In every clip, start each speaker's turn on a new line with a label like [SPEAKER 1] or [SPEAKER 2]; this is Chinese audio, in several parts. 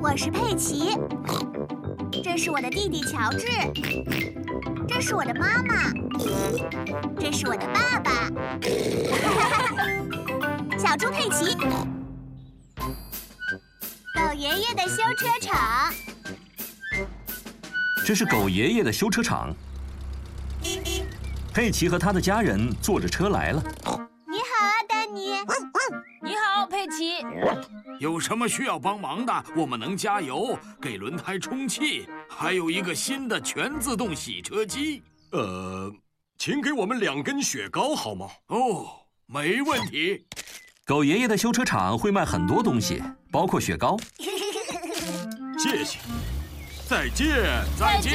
[SPEAKER 1] 我是佩奇，这是我的弟弟乔治，这是我的妈妈，这是我的爸爸。 小猪佩奇，狗爷爷的修车厂，
[SPEAKER 2] 这是狗爷爷的修车厂。佩奇和他的家人坐着车来了。
[SPEAKER 1] 你好啊，丹尼。
[SPEAKER 3] 你好，佩奇。
[SPEAKER 4] 有什么需要帮忙的，我们能加油，给轮胎充气，还有一个新的全自动洗车机。
[SPEAKER 5] 呃，请给我们两根雪糕好吗？
[SPEAKER 4] 哦，没问题。
[SPEAKER 2] 狗爷爷的修车厂会卖很多东西，包括雪 糕。
[SPEAKER 5] 谢谢。再见。
[SPEAKER 4] 再见。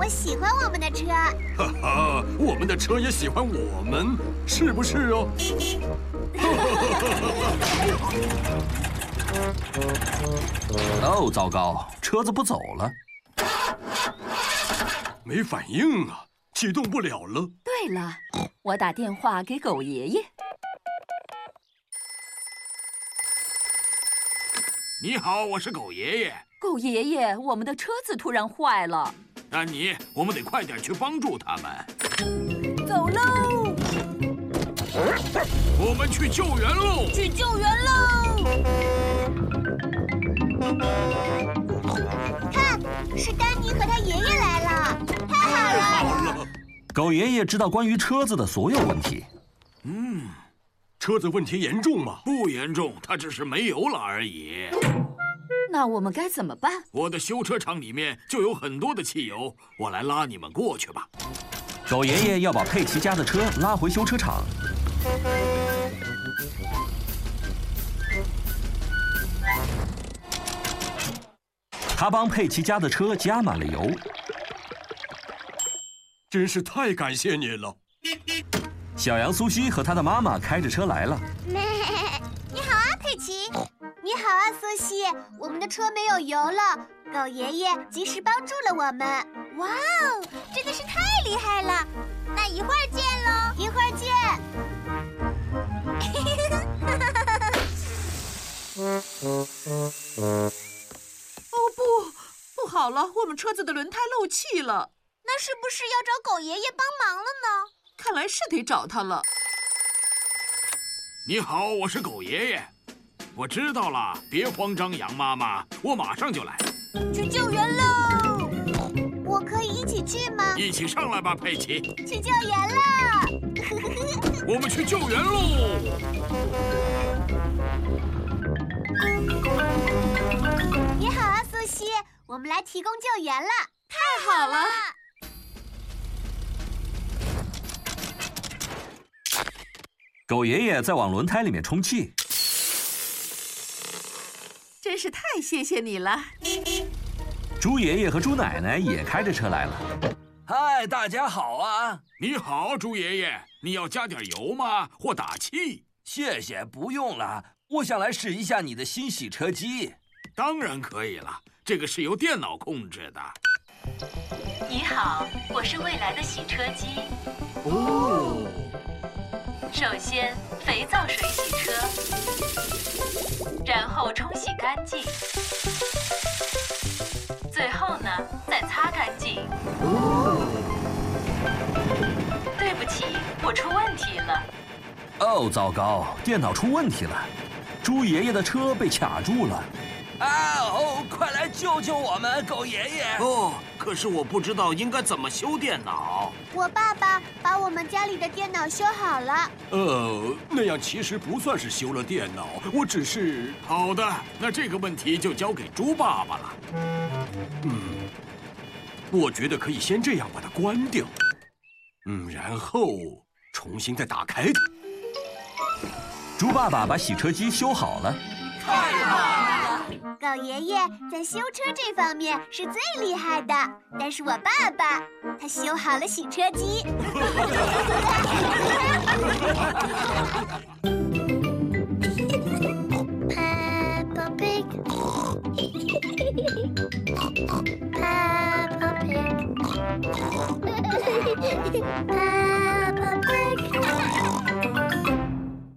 [SPEAKER 1] 我喜欢我们的车，
[SPEAKER 5] 哈哈，啊我们的车也喜欢我们，是不是哦？
[SPEAKER 2] 哦，糟糕，车子不走了。
[SPEAKER 5] 没反应啊，启动不了了。
[SPEAKER 3] 对了，我打电话给狗爷爷。
[SPEAKER 4] 你好，我是狗爷爷。
[SPEAKER 3] 狗爷爷，我们的车子突然坏了，
[SPEAKER 4] 丹尼，我们得快点去帮助他们。
[SPEAKER 3] 走喽，
[SPEAKER 4] 我们去救援喽！
[SPEAKER 3] 去救援喽！
[SPEAKER 1] 看，是丹尼和他爷爷来了，太好了！
[SPEAKER 2] 狗爷爷知道关于车子的所有问题。
[SPEAKER 5] 车子问题严重吗？
[SPEAKER 4] 不严重，它只是没油了而已。
[SPEAKER 3] 那我们该怎么办？
[SPEAKER 4] 我的修车厂里面就有很多的汽油，我来拉你们过去吧。
[SPEAKER 2] 狗爷爷要把佩奇家的车拉回修车厂。他帮佩奇家的车加满了油。
[SPEAKER 5] 真是太感谢你了。
[SPEAKER 2] 小羊苏西和他的妈妈开着车来了。
[SPEAKER 1] 你好啊，佩奇。你好啊，苏西。我们的车没有油了，狗爷爷及时帮助了我们。哇哦，真的是太厉害了！那一会儿见喽，一会儿见。
[SPEAKER 6] 哦不，不好了，我们车子的轮胎漏气了，
[SPEAKER 1] 那是不是要找狗爷爷帮忙了呢？
[SPEAKER 6] 看来是得找他了。
[SPEAKER 4] 你好，我是狗爷爷。我知道了，别慌张，羊妈妈，我马上就来。
[SPEAKER 1] 去救援喽！我可以一起去吗？
[SPEAKER 4] 一起上来吧，佩奇，
[SPEAKER 1] 去救援了！
[SPEAKER 4] 我们去救援喽！
[SPEAKER 1] 你好啊，苏西。我们来提供救援了，太
[SPEAKER 3] 好了
[SPEAKER 2] 狗爷爷在往轮胎里面充气。
[SPEAKER 6] 真是太谢谢你了，
[SPEAKER 2] 猪爷爷和猪奶奶也开着车来了。
[SPEAKER 7] 嗨，大家好啊！
[SPEAKER 4] 你好，猪爷爷，你要加点油吗？或打气？
[SPEAKER 7] 谢谢，不用了。我想来试一下你的新洗车机。
[SPEAKER 4] 当然可以了，这个是由电脑控制的。
[SPEAKER 8] 你好，我是未来的洗车机。哦。首先，肥皂水洗车，然后冲洗干净，最后呢，再擦干净。哦。对不起，我出问题了。
[SPEAKER 2] 哦，糟糕，电脑出问题了，猪爷爷的车被卡住了。
[SPEAKER 7] 啊哦，快来救救我们，狗爷爷！
[SPEAKER 4] 哦，可是我不知道应该怎么修电脑。
[SPEAKER 1] 我爸爸把我们家里的电脑修好了。
[SPEAKER 5] 呃，那样其实不算是修了电脑，我只是……
[SPEAKER 4] 好的，那这个问题就交给猪爸爸了。
[SPEAKER 5] 嗯我觉得可以先这样把它关掉，嗯，然后重新再打开它。
[SPEAKER 2] 猪爸爸把洗车机修好了。
[SPEAKER 1] 狗爷爷在修车这方面是最厉害的，但是我爸爸他 修好了洗车机。